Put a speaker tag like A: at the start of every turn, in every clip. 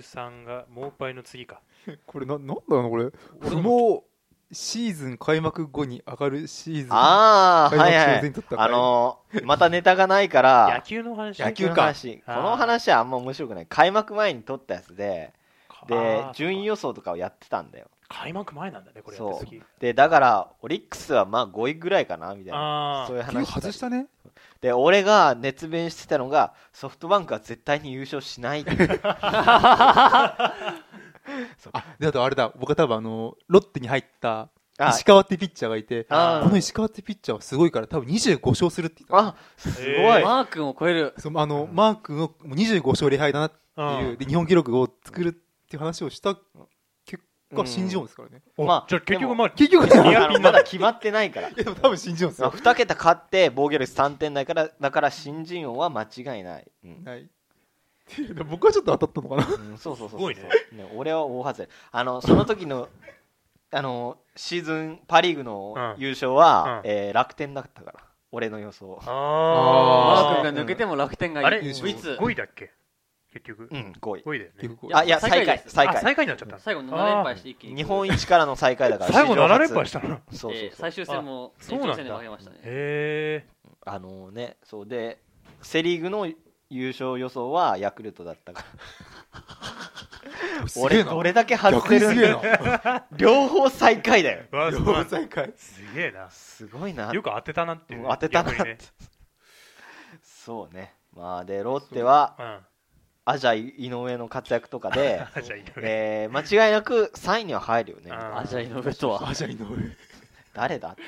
A: 13が猛パイの次か
B: これななんだろうなこれ
A: 俺
B: 不
A: も
B: 毛シーズン開幕後に上がるシーズン
C: ああ、
B: 開幕
C: はいは
B: 直前
C: い
B: に。撮った
C: あのー、またネタがないから
A: 野、球の話
C: 野
B: 野球
C: 球の
B: か
C: 話。こ
A: あー
C: の話はあんま面白くない。開幕前に撮ったやつで、
A: あ、
C: で
A: ー
C: 順位予想とかをやってたんだよ。
A: 開幕前なんだねこれや
C: そう
A: った時
C: で、だから、オリックスはまあ5位ぐらいかな、みたいな。
A: あ
C: そう
A: あ
C: いう
B: 野球
C: 話してた
B: 外したね
C: で、俺が熱弁してたのが、ソフトバンクは絶対に優勝しないっていう。
B: あであとあれだ僕は多分あのロッテに入った
C: あ
B: 石川ってピッチャーがいて
C: あ
B: この石川ってピッチャーはすごいから多分25勝するって言った
C: あ、すごい。
A: はい
D: マー君を超える。
B: そのあのマー君のもう25勝0敗だなっていうで日本記録を作るっていう話をした結果新人王ですからね
A: うん
C: まあ
A: じゃあ結
C: でも
A: 局まあ
B: 結局
C: いや
B: い
C: あのまだ決まってないから。
B: やでも多分新人王です
C: まあ、
B: よ
C: 2桁勝って防御率3点台からだから新人王は間違いない、うん
B: はい っていうの僕はちょっと当たったのかな
C: うんそうそうそ
A: す
C: うそう
A: ごいね
C: 俺は大外れあのその時の あのシーズンパ・リーグの
A: うん
C: 優勝は、
A: うん
C: えー楽天だったから俺の予想
B: あー
D: マー
A: あ
D: 君が抜けても楽天が
A: あれ
D: 唯一。
A: 5位だっけ結局
C: うん5位
A: 5位だよね
B: 結構
C: あいや最
D: 最
C: 下
D: 下位
C: 位
D: です
C: 最
A: あ
C: 下位
A: 最下位になっちゃった
D: 最後7連敗して一気に。
C: 日本一からの最下位だから
A: 最後
C: 史上初
A: 7連敗したのへ
C: そうそう
D: えー
C: そう
D: 最終戦も
A: あそうな
D: 延
A: んだ
D: 長戦で負けましたね。
A: え
C: あのねそうでセ・リーグの優勝予想はヤクルトだったから
B: すげえ
C: 俺
B: な
C: どれだけ外
B: 逆
C: れ
B: にすげえ
C: る
B: な
C: 両方最下位だよ
A: わあす
B: 両
A: ご
B: 方
A: い
B: 最下位
A: すげえな
C: すごいな
A: よく当てたなっていう
C: うん当てたな
A: 逆にね
C: そうね、まあ、でロッテは
A: うんあ
C: アジャ井上の活躍と かで、
A: じゃあいろいろ
C: えー間違いなく3位には入るよね、
A: あ
D: アジア井上とは。
B: アジア井上
C: 誰だって、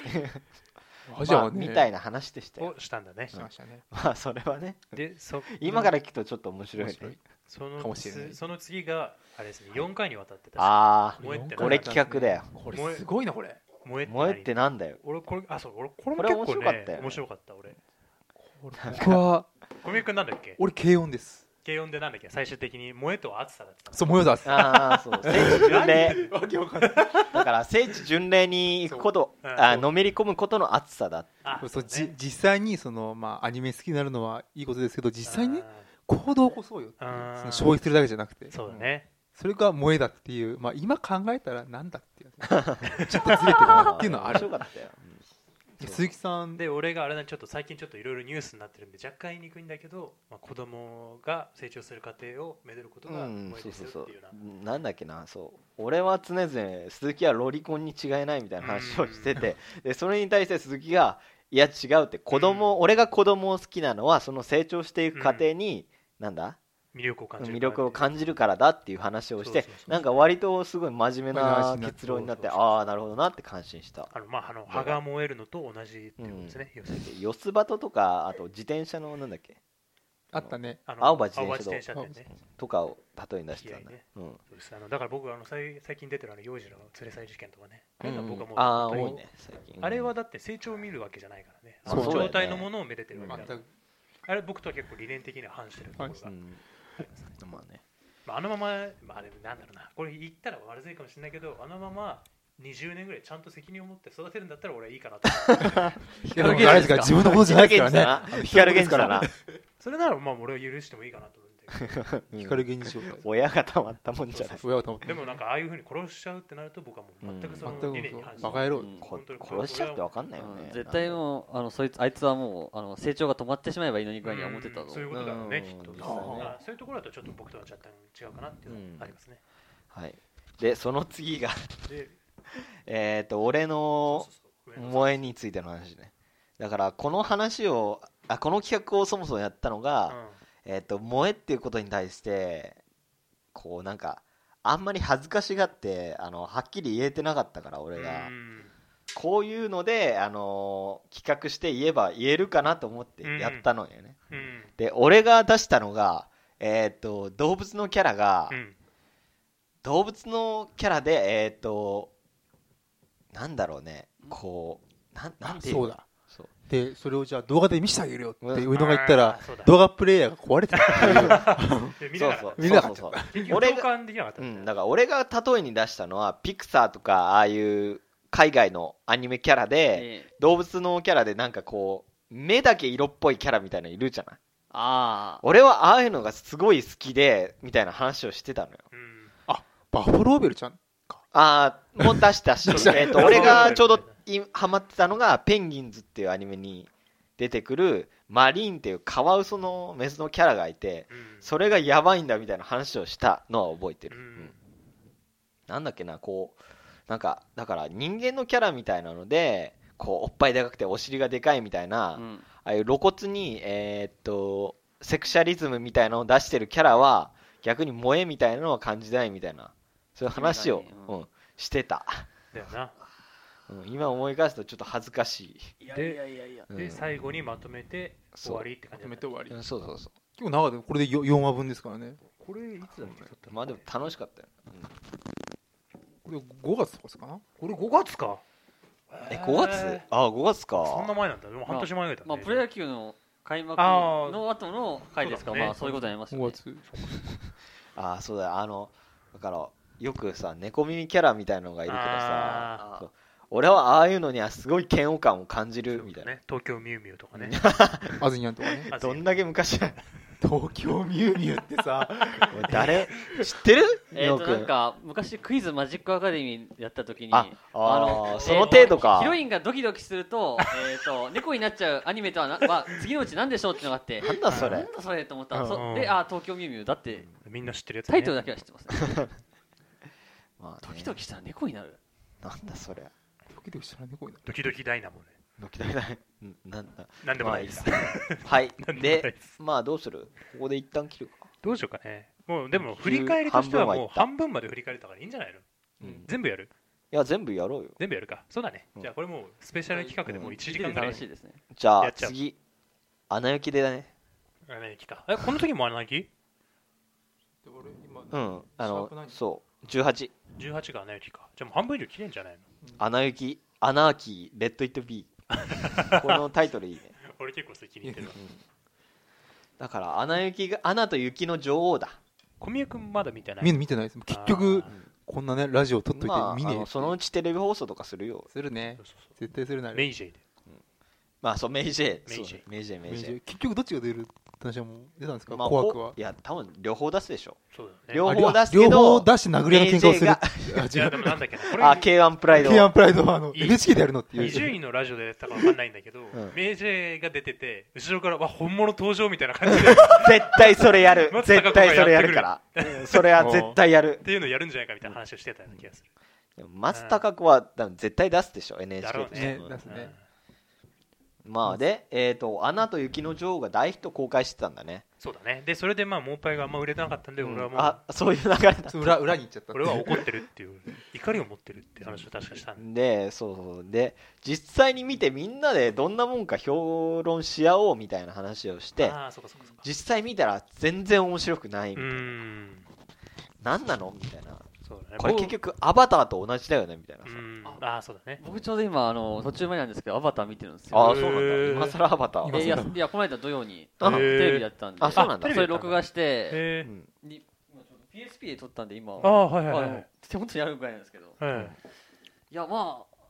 B: アジアは
C: まあ
B: ね
C: みたいな話でしたよ、
A: をしたんだね
B: しましたね
C: まあ、それはね、
A: でそ
C: 今から聞くとちょっと面白いね
B: 面、白い
A: その
B: かもしれない
A: つその次があれですね4回にわたってた
C: あ
A: 燃えって
C: あ、これ
A: なんだ
C: 企画だよ、
B: これすごいなこれ
A: 燃えって
C: 燃えって
A: 何
C: なんだよ、
A: 俺これあそう俺これ
C: こ
A: も
C: れ
A: 結
C: 面
A: 構
C: 白かったよ
A: ね面白かった俺
B: 僕は
A: 小宮君なんだっけ
B: 俺軽音です
A: 軽音でなんだっけ最終的に燃えと暑さだったの
B: そう模様だす
C: ああ、そう、聖地巡礼、
B: わけわかんない
C: だから聖地巡礼に行くこと、
A: そう
C: あ
A: うん
C: のめり込むことの熱さだ、
A: あ
B: そう
A: ね
B: じ実際にその、まあ、アニメ好きになるのはいいことですけど実際に行動を起こそうよっていう
A: あー
B: その消費するだけじゃなくて
A: うんそうだね
B: それが萌えだっていう、まあ、今考えたらなんだっていうちょっとずれてるなっていうのはあ
C: 面
B: る
C: 白かったよ、うん
B: 鈴木さんで
A: で俺があれだねちょっと最近ちょっといろいろニュースになってるんで若干言いにくいんだけど、まあ、子供が成長する過程をめでることが
C: うん
A: 燃え
C: そう
A: です
C: そう
A: よ
C: そ
A: っ
C: う
A: ていうような
C: なんだっけなそう俺は常々鈴木はロリコンに違いないみたいな話をしててでそれに対して鈴木がいや違うって子供、
A: うん
C: 俺が子供を好きなのはその成長していく過程に、なんだ
A: 魅力を感じる
C: 魅力を感じるからだっていう話をして
A: そうそうそう
C: なんか割とすごい真面目
B: 真面目
C: な
B: な話になって
C: 結論になって
B: そうそう
C: ああなるほどなって感心した
A: あのまああの葉が燃えるのと同じっていうことですね、要するに
C: で四つ葉ととかあと自転車のなんだっけ
B: あったね
A: あ
C: 青葉自転車道
A: 青車ってね
C: とかを例えに出してたんだ、
A: いやいや
C: うん
A: そうですあのだから僕あの最最近出てるあの幼児の連れ去り事件とかね、なんか僕はもう
C: ああ
A: 本当
C: 多
A: に
C: いね最近
A: あれはだって成長を見るわけじゃないからね、あ
B: そう
A: の
B: だよね
A: 状態のものをめでてるわけだ
B: 全
A: から、
B: く
A: あれ僕とは結構理念的には反してるところ
C: う
A: が、
C: んまあね
A: まあ、あのまま、まあ、あれなんだろうなこれ言ったら悪いかもしれないけどあのまま20年ぐらいちゃんと責任を持って育てるんだったら俺はいいかなと
B: いやでもあれですから自分のことじゃないですからね
C: 光源氏だな。
A: それならまあ俺は許してもいいかなと思うんだけ
B: 光源氏状態
C: 親がたまったもんじゃない。
B: 親を保っ
A: ど
B: て
A: でもなんかああいうふうに殺しちゃうってなると僕はもう全くそ
B: 全
A: の理念
B: く
A: に反し
B: バ
A: て
B: カ野郎
C: うんこ
A: 本当にこれ
C: 殺しちゃうってわかんないよ
D: う
C: ね
D: ん。絶対もうあのそいつあいつはもうあの成長が止まってしまえばいいのにぐらいには思ってた
A: うん
D: ぞ
A: そういうことだよ
C: う
A: ね
C: ん
A: きっと
C: うん
A: だからそういうところだとちょっと僕とは若干違うかなっていうのがありますね、
C: はい。で、その次が、
A: で
C: えっと、俺の
A: そうそうそう上野さん
C: 萌えについての話ね。だから、この話を、あ、この企画をそもそもやったのが、えっと、萌えっていうことに対して、こう、なんか、あんまり恥ずかしがって、あの、はっきり言えてなかったから、
A: う
C: 俺
A: ん
C: が
A: う。ん
C: こういうので、あの、企画して言えば言えるかなと思ってやったのよね。
A: うん
C: で俺が出したのが、えーっと動物のキャラが、
A: うん
C: 動物のキャラでえーっとなんだろうねこうなんなんていうの
B: そうだ
C: そう
B: でそれをじゃあ動画で見せてあげるよって上野が言った
A: あ
B: ら
A: ーそうだ
B: 動画プレイヤーが壊れてたって
A: で
B: いう
A: 見
C: そ
A: なが
C: う
A: ら
C: そう
B: 見なかった
C: そうそうそう
A: 結局
C: 俺
A: 共
C: が
A: 感できなかった
C: う
A: みたい
C: ん
A: な
C: だから俺が例えに出したのはピクサーとかああいう海外のアニメキャラで、
D: え
C: 動物のキャラでなんかこう目だけ色っぽいキャラみたいなのいるじゃない
D: ああ
C: 俺はああいうのがすごい好きでみたいな話をしてたのよ
A: うん
B: バッファローベルちゃん
C: ああもう出したし
A: 出した
C: えっと俺がちょうどいハマってたのが「ペンギンズ」っていうアニメに出てくるマリーンっていうカワウソのメスのキャラがいて
A: うん
C: それがやばいんだみたいな話をしたのは覚えてる、
A: う
C: うんんなんだっけなこうなんかだから人間のキャラみたいなのでこうおっぱいでかくてお尻がでかいみたいな、
D: うん
C: ああいう露骨に、えーっと、セクシャリズムみたいなのを出してるキャラは、逆に萌えみたいなのは感じないみたいな、そういう話を
D: 意味が、
C: う
D: ない
C: ん、してた、
A: だよな
C: うん。今思い返すとちょっと恥ずかしい。
E: いやいやいやいや
C: うん
A: で最後にまとめて終
C: そう
A: わりって感
E: 止
A: じだ
E: め
A: って
E: 終わり
C: うんそうそうそ
B: 結構長いでこれでよ4話分ですからね
A: たこれいつだっけ撮った
C: う。
A: の
C: まあでも楽しかったよ。
B: これ5月とかですかな
A: これ5月か
C: え、
A: へー
C: 5月ああ、5月か。
A: そんな前なんだでも半年前ぐらいだね
D: まあプロ野球の開幕
A: あー
D: の後の回ですか
A: そうだね
D: まあそういうことになりますよ
B: 5月
D: ね
C: ああ、そうだよ、あの、だから、よくさ、猫耳キャラみたいなのがいるけど
A: あ
C: さ
D: ー、
C: そう俺はああいうのにはすごい嫌悪感を感じるみたいな。
A: ね東京ミュウミュウと かね
B: アズニャンとかね
A: あ
C: どんだけ 昔だよ
B: 東京ミュウミュウってさ
C: 誰知ってる
D: え
C: よ
D: っ
C: く
D: となんか昔クイズマジックアカデミーやった時に
C: ああ
D: の
C: のその程度か
D: ヒロインがドキドキするとえっと猫になっちゃうアニメとはなは次のうち何でしょうっていうのがあって
C: なんだそ
D: な
C: れ
D: んだそれと思った
C: う
D: の
C: ん
D: そであー東京ミュウミュウだって
A: みんな知ってるやつね
D: タイトルだけは知ってますね
C: まあ
D: ド
C: ね
D: キドキしたら猫になる
C: なんだそれ
B: ドキドキしたら猫になる
A: ドキドキダイナモね
C: ドキドキだねうんなんだ
A: なんでもないです
C: まあいいっすは
A: な
C: い
A: んでもない
C: で
A: です
C: まあどうするここで一旦切るか
A: どうしようかねもうでも振り返りとしてはもう半分まで振り返れたからいいんじゃないの
C: うんい
A: 全部やる
C: や全部やろうよ
A: 全部やるかそうだね
C: うん
A: じゃあこれもうスペシャル企画でもう1時間ぐらい
D: 楽しいですね
C: じゃ
A: や
C: あ
A: っちゃう
C: 次穴行きでだね
A: あ何期かえこの時も穴行き
B: で俺今
C: うんあ
B: シャープナ
C: の
B: イン
C: そう18
A: 18が穴行きかじゃあもう半分以上切れんじゃないの
C: 穴行きアナーキーレッド・イット・ビ ーこのタイトルいいね
A: 俺結構それ気に入ってるわ
C: だから穴行きがアナと雪の女王だ
A: 小宮君まだ見てない
B: 見る見てないです結局こんなねラジオ撮っといて
C: まああ
B: 見ねえ
C: のそのうちテレビ放送とかするよ
B: するね
A: そうそうそ
B: 絶対するな
A: う
B: あ
A: メ
B: れ
A: イジェイで
C: まあそうメイジェイ
A: メイジェイ
C: そうメイジェイメイジェイ
B: 結局どっちが出るって話はもう出たんですか
C: まあ
B: 紅白はい
C: や多分両方出すでしょ
A: そうだよ
C: 両
A: ね
C: 方
B: ありゃ
C: 出すけど
B: 両方出して殴り合いの喧嘩をする
C: AJ が
A: い
B: あ
A: や
B: 違
A: でもな
B: う
A: んだっけなこ
C: あ
A: れ
C: K1 プライド
B: ケアンプライドはあの
A: いい
B: NHK でやるのってい
A: 伊集
B: う
A: 院のラジオでやってたかわかんないんだけど、
C: ん
A: メイジェイが出てて後ろからわ本物登場みたいな感じでっ
C: 絶対それやる
A: 松たか
C: 絶
A: 子が
C: 対それやるからうんそれは絶対やる
A: ていうのやるんじゃないかみたいな話をしてたような気がする、
C: でも松たか子は多分絶対出すでしょ NHK とし
A: だ
B: ね
C: てうん
B: 出すね
C: まあでえっと「アナと雪の女王」が大ヒット公開してたんだね
A: そうだねでそれでまあモーパイがあんま売れてなかったんで、俺はもう
C: あそういう流れだ
B: そう裏裏に行っちゃった
A: 俺は怒ってるっていう怒りを持ってるっていう話を確かしたんで
C: でそうそうで実際に見てみんなでどんなもんか評論し合おうみたいな話をして
A: ああそうかそうかそうか
C: 実際見たら全然面白くないうみたいな
A: ーん
C: 何なのみたいな
A: そうだね
C: これ結局アバターと同じだよねみたいな
A: う
C: さ
A: ーんああそうだね
D: 僕ちょうど今あの途中までなんですけどアバター見てるんです
C: あ
D: よ
C: あそうな
A: へー
C: んだ今更アバター
B: 今
D: えい
B: 更
D: やいやこの間土曜に
C: あ
D: テレビでやってたんで
C: あそうなん
A: あテ
C: だ
A: レ
D: そ
A: ビ
D: れ録画して
A: へ
C: う
A: え
C: ん
D: に今ちょうど PSP で撮ったんで今
A: ああはいはい
D: あ
A: はい
D: の手元にあるぐらいなんですけど
A: はい
D: いやまあ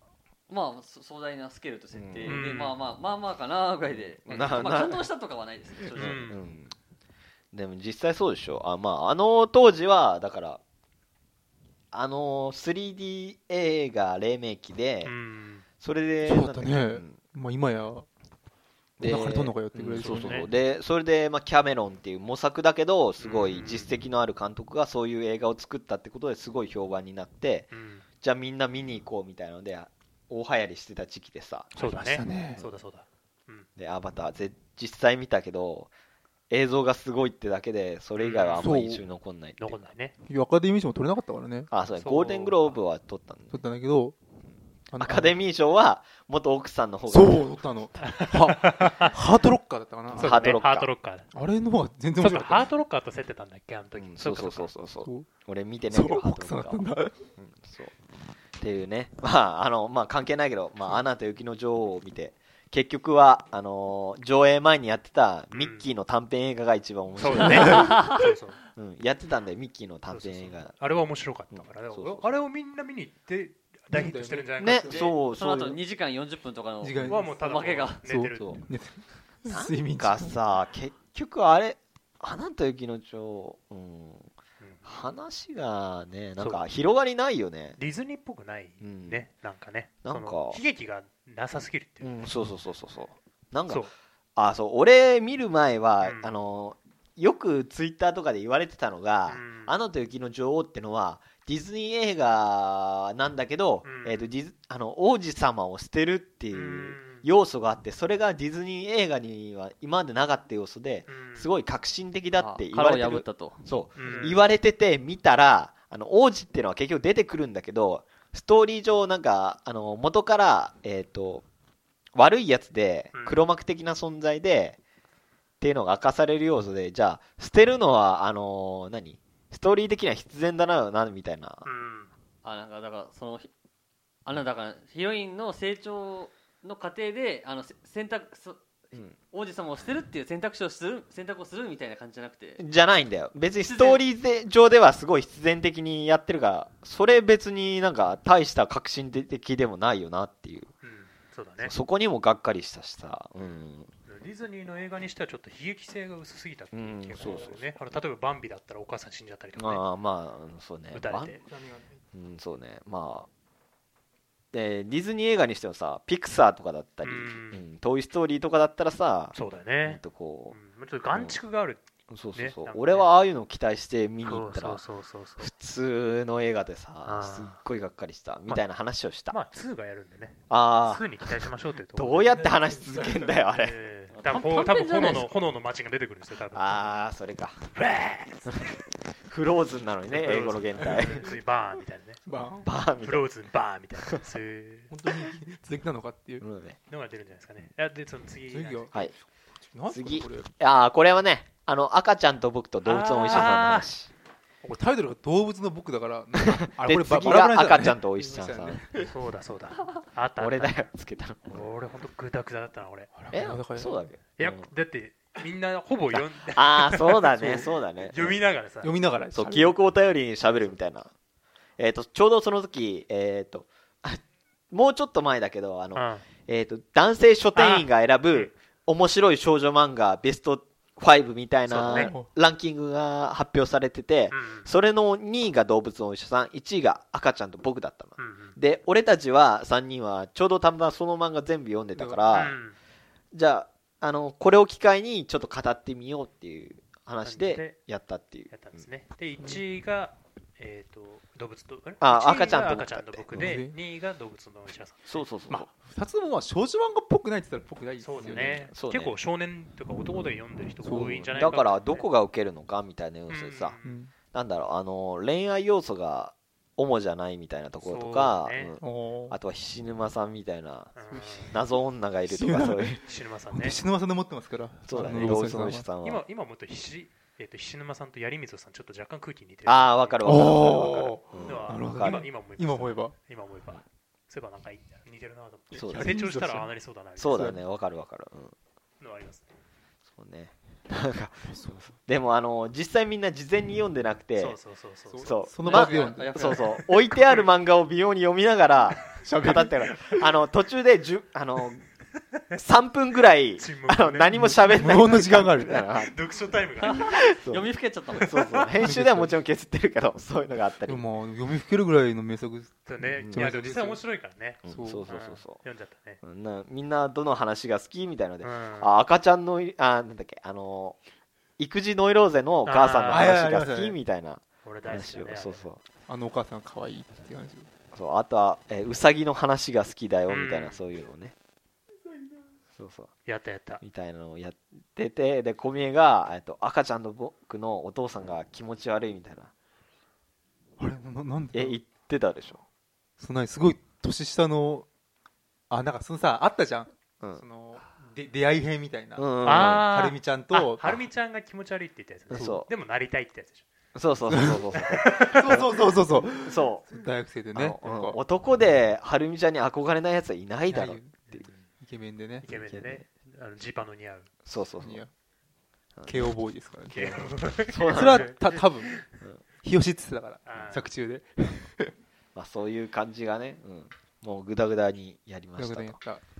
D: まあそ壮大なスケールと設定で、
A: うん
D: まあまあまあまあかなぐらいで、
C: な
D: まあ、
C: な
D: 感動したとかはないですけど、正
A: う
D: 直
A: ん
C: うんでも実際そうでしょあまああの当時はだからあの 3D 映画黎明期で、
A: うーん
C: それで
B: そうだったね
C: なんっけうん
B: まあ今や
C: で
B: だからどんな子やってくれる
C: うんそうそう
A: ね
C: そうでそれで、まあ、キャメロンっていう模索だけどすごい実績のある監督がそういう映画を作ったってことですごい評判になって
A: うん
C: じゃあみんな見に行こうみたいなので大流行りしてた時期でさ
A: そうだ
B: ありました
A: ね
B: ね
A: そうだそうだ
C: でアバターぜ実際見たけど映像がすごいってだけでそれ以外はあんまり印象に残んないっていう
A: 残んないね
B: 結局アカデミー賞も取れなかったからね
C: あそうね
A: そう
C: ゴールデングローブは取ったんだ
B: 取ったんだけどあの
C: アカデミー賞は元奥さんの方
B: そう
C: が
B: 取ったのはハートロッカーだったかな
A: そうだ
C: ハート
A: ね
C: ロッカ
A: ハ
C: ー
A: ートロッカーだ
B: あれの方が全然
A: そ
B: 面
A: う
B: 白
A: か
B: か
A: ハ
B: っ
A: ートロッカーと競ってたんだっけあの時
C: うんそ
A: そううか
C: そ
A: そうう
C: そ
A: か
C: うそうそ
B: た
C: う
B: そう
C: 俺見てない
B: そう
C: けどハー
B: 奥
C: ト
B: さん
C: ロ
B: だ
C: ッ
B: っ
C: カ
B: た
C: ー
B: んだ
C: はうんそうっていうね まああのまあ関係ないけど「まあ、アナと雪の女王」を見て結局はあのー上映前にやってたミッキーの短編映画が一番面白い、
A: そうだねそうそう
C: うんやってたんでミッキーの短編映画
A: あれは面白かったから、
C: う
A: だから
C: んそうそうそう
A: あれをみんな見に行って大ヒットしてるんじゃないか
C: ね
D: で
C: そう
D: その
C: そう
D: 後
C: いう
D: 2時間40分とかの
B: 時間
A: はもうただ
D: おまけが
A: 寝てる
C: そう
B: 睡
C: なん
B: 眠時
C: かさ結局あれ「花と雪の女王」うん話がねなん
A: そ
C: か
A: う
C: 広がりないよね
A: ディズニーっぽくない
C: うん
A: ね、なんかね
C: なんか
A: その悲劇がなさすぎるっていうう、
C: んそうそうそうそうそうなん
A: そ
C: か
A: う
C: あそう俺見る前は、
A: うん
C: あのよくツイッターとかで言われてたのが
A: うん
C: 「アナと雪の女王」ってのはディズニー映画なんだけど、
A: うん
C: えー、とディズあの王子様を捨てるっていううん要素があってそれがディズニー映画には今までなかった要素で
A: うん
C: すごい革新的だって言わ
D: 殻
C: れ
D: を
C: て
D: 破っ
C: る
D: たと
C: そう
A: うん
C: 言われてて見たらあの王子っていうのは結局出てくるんだけどストーリー上なんかあの元から、えー、と悪いやつで
A: うん
C: 黒幕的な存在で、っていうのが明かされる要素でじゃあ捨てるのはあの何ストーリー的には必然だなよなみたいな、
A: うん
D: あなんかだからそのひあなだからヒロインの成長の過程であのせ選択そ王子様を捨てるっていう選択肢をする選択をするみたいな感じじゃなくて
C: じゃないんだよ別にストーリーで上ではすごい必然的にやってるからそれ別になんか大した革新的でもないよなっていう
A: うんそうだね
C: そこにもがっかりしたしさ、うん、
A: ディズニーの映画にしてはちょっと悲劇性が薄すぎたっていう気がするんだよ
C: うんそうそう
A: ねあの例えばバンビだったらお母さん死んじゃったりとかね
C: まあまあそうね
A: 撃たれて
C: うん、そうねまあでディズニー映画にしてもさピクサーとかだったり
A: うん
C: 「うんトイ・ストーリー」とかだったらさ
A: そうだよ
C: うん
A: ね、
C: とこ
A: うん、ちょっと眼蓄がある
C: うそうそうそう、
A: ねなんかね
C: 俺はああいうのを期待して見に
A: そ
C: 行っ
A: う
C: た
A: そ
C: ら
A: うそうそうそう
C: 普通の映画で
A: あ
C: さ
A: ー
C: すっごいがっかりしたみたいな話をした、
A: まあ2がやるんでね
C: あー
A: 2に期待しましょうっていうところ
C: どうやって話し続けんだよ あれ
A: えー多分ほ
D: 短編
A: 多分
D: じゃな
A: 炎
D: いです
A: の炎の街が出てくるんですよ多分
C: あーそれかフローズンなのにね英語の 原体
A: 普通にバーンみたいなね
B: まあ
C: バーみ
A: フ
C: たい
A: ローズンバーンみたいなそういう
B: 本当に続きなのかっていう
C: な、うんね
A: のが出るんじゃないですかねいやでその次
B: 次は
C: はい
B: 何す
C: 次
B: かこれ
C: ああこれはねあの赤ちゃんと僕と動物のお医者さんの話
B: これタイトルが動物の僕だ からなんかあ
C: で
B: れこれバ
C: 次
B: バラバラにし
C: が
B: た
C: 赤
B: ね
C: ちゃんとお医者さんさ
B: ごめん
C: ん
B: な
A: そうだそうだあった
C: 俺だ
A: よ
C: よつけたの
A: 俺ほんとグダグダだったな俺
C: え
B: なかなか
C: そうだっけ
A: いや
C: うん
A: だってみんなほぼ読ん
C: ああそう だね
B: そう
C: そうだね
A: 読みながらさ
B: 読みながら
C: そう
B: 喋る
C: 記憶を頼りに喋るみたいなえっ、とちょうどその時えっ、とあもうちょっと前だけどあの、
A: うん
C: えー、と男性書店員が選ぶ面白い少女漫画ベスト5みたい
A: そう
B: だ
C: な
B: ね
C: ランキングが発表されてて
A: うん
C: それの2位が動物のお医者さん1位が赤ちゃんと僕だったの
A: うん
C: で俺たちは3人はちょうどたまたまその漫画全部読んでたか
A: う
C: ら、
A: ん
C: じゃああのこれを機会にちょっと語ってみようっていう話でやったっていう
A: やったんですねで1位がえっと動物とあれ
C: あ
A: 一位が
C: 赤ちゃんと僕
A: 赤ちゃんと僕で
B: うん
A: 2位が動物のお医者さん
C: そうそうそう、
B: ま二つともまあ少女漫画っぽくないって言ったらっぽくないです
A: そ
B: よ
A: うだ
B: ね
A: ね
C: そうね
A: 結構少年とか男で読んでる人が多いんじゃない
C: だ
A: って
C: からどこが受けるのかみたいな要素でさ、
A: うん
B: うん
C: なんだろうあの恋愛要素が主じゃないみたいなところとか、
A: そうね
C: うん
B: おー
C: あとは菱沼さんみたいな
A: うん
C: 謎女がいるとかそういう
A: 菱沼さん
B: 本当
A: ね
B: に篠沼さんで持ってますから
C: そうだ
B: あ
C: ね
B: の
C: 動物のお医者さんは
A: 今今思うと菱,、えっと菱沼さんと槍水さんちょっと若干空気似てる
C: ああわかるわかるわかるわ
B: お
C: かるうん
A: では
B: なるほど
C: わ
A: 今
C: かる
A: 今思いました
B: 今思えば
A: 今思えばそういえばなんか似てるなと
C: そう
A: 思
C: だ
A: って
C: ね
A: 成長したらああなりそうだな
C: そうだねわかるわかる、うん、
A: のはありますね
C: そうねなんかでもあの実際みんな事前に読んでなくて
A: そうそうそうそう
C: そう
B: その場
C: まあ
B: で読んで
D: あ
C: そうそう置いてある漫画を微妙に読みなが ら語
B: 喋
C: ってるからあの途中でじゅあの3分ぐら い
A: 沈
C: あ
A: 黙
C: の
A: をね
C: 何も喋ん
B: 無
C: ない
B: 音の時間がある
C: みたいな
A: 読書タイムがね
C: そう
D: 読みふけちゃったの
C: そうそう編集ではもちろん削ってるけどそういうのがあったり、
B: で
C: うん、
B: も読みふけるぐらいの名作
A: そうね
C: うん
A: いやでも実際面白いからね
C: そうそうそうそ
A: ん読んじゃったね
C: うなみんなどの話が好きみたいので、
A: うん
C: あ赤ちゃんのいあなんだっけあの育児ノイローゼのお母さんの話
B: あーありま
C: が
B: し
C: 好
B: たね
C: きみたいな
A: 俺大好きだ
C: 話を
A: ね
C: そうそう
B: あのお母さん可愛いっていう話
C: そうあとは、えーうさぎの話が好きだよみたいな、
A: うん
C: そういうのをねそうそう
A: やったやった
C: みたいなのをやっててで小宮が、えっと、赤ちゃんと僕のお父さんが気持ち悪いみたいな
B: あれななん
C: え
B: で
C: 言ってたでしょ、
B: そんなにすごい年下のあなんかそのさあったじゃん
C: うんうん
B: そので出会い編みたいな
C: うんうん
A: あー
B: はるみちゃん
A: あ
B: と
A: はるみちゃんが気持ち悪いって言ったやつね
C: そう
A: でもなりたいってやつでしょ
C: そうそうそうそうそう
B: そうそ うそうそうそう
C: そう
B: 大学生で
C: あ
B: ね
C: のうん
B: なんか
C: 男ではるみちゃんに憧れないやつはいないだろうっていう
B: イケメンでね
A: イケメンでねあのジーパンの似合う
C: そうそう
B: いや
C: そう
B: 慶応ボーイですからね
A: 系
C: そう
B: そ
C: な
B: れは
C: の
B: た多分日吉って言ってたから
A: あー
B: 作中で
C: まあそういう感じがね、うんもうグダグダにやりま
B: な
C: し
B: んか
C: たと
B: ねやった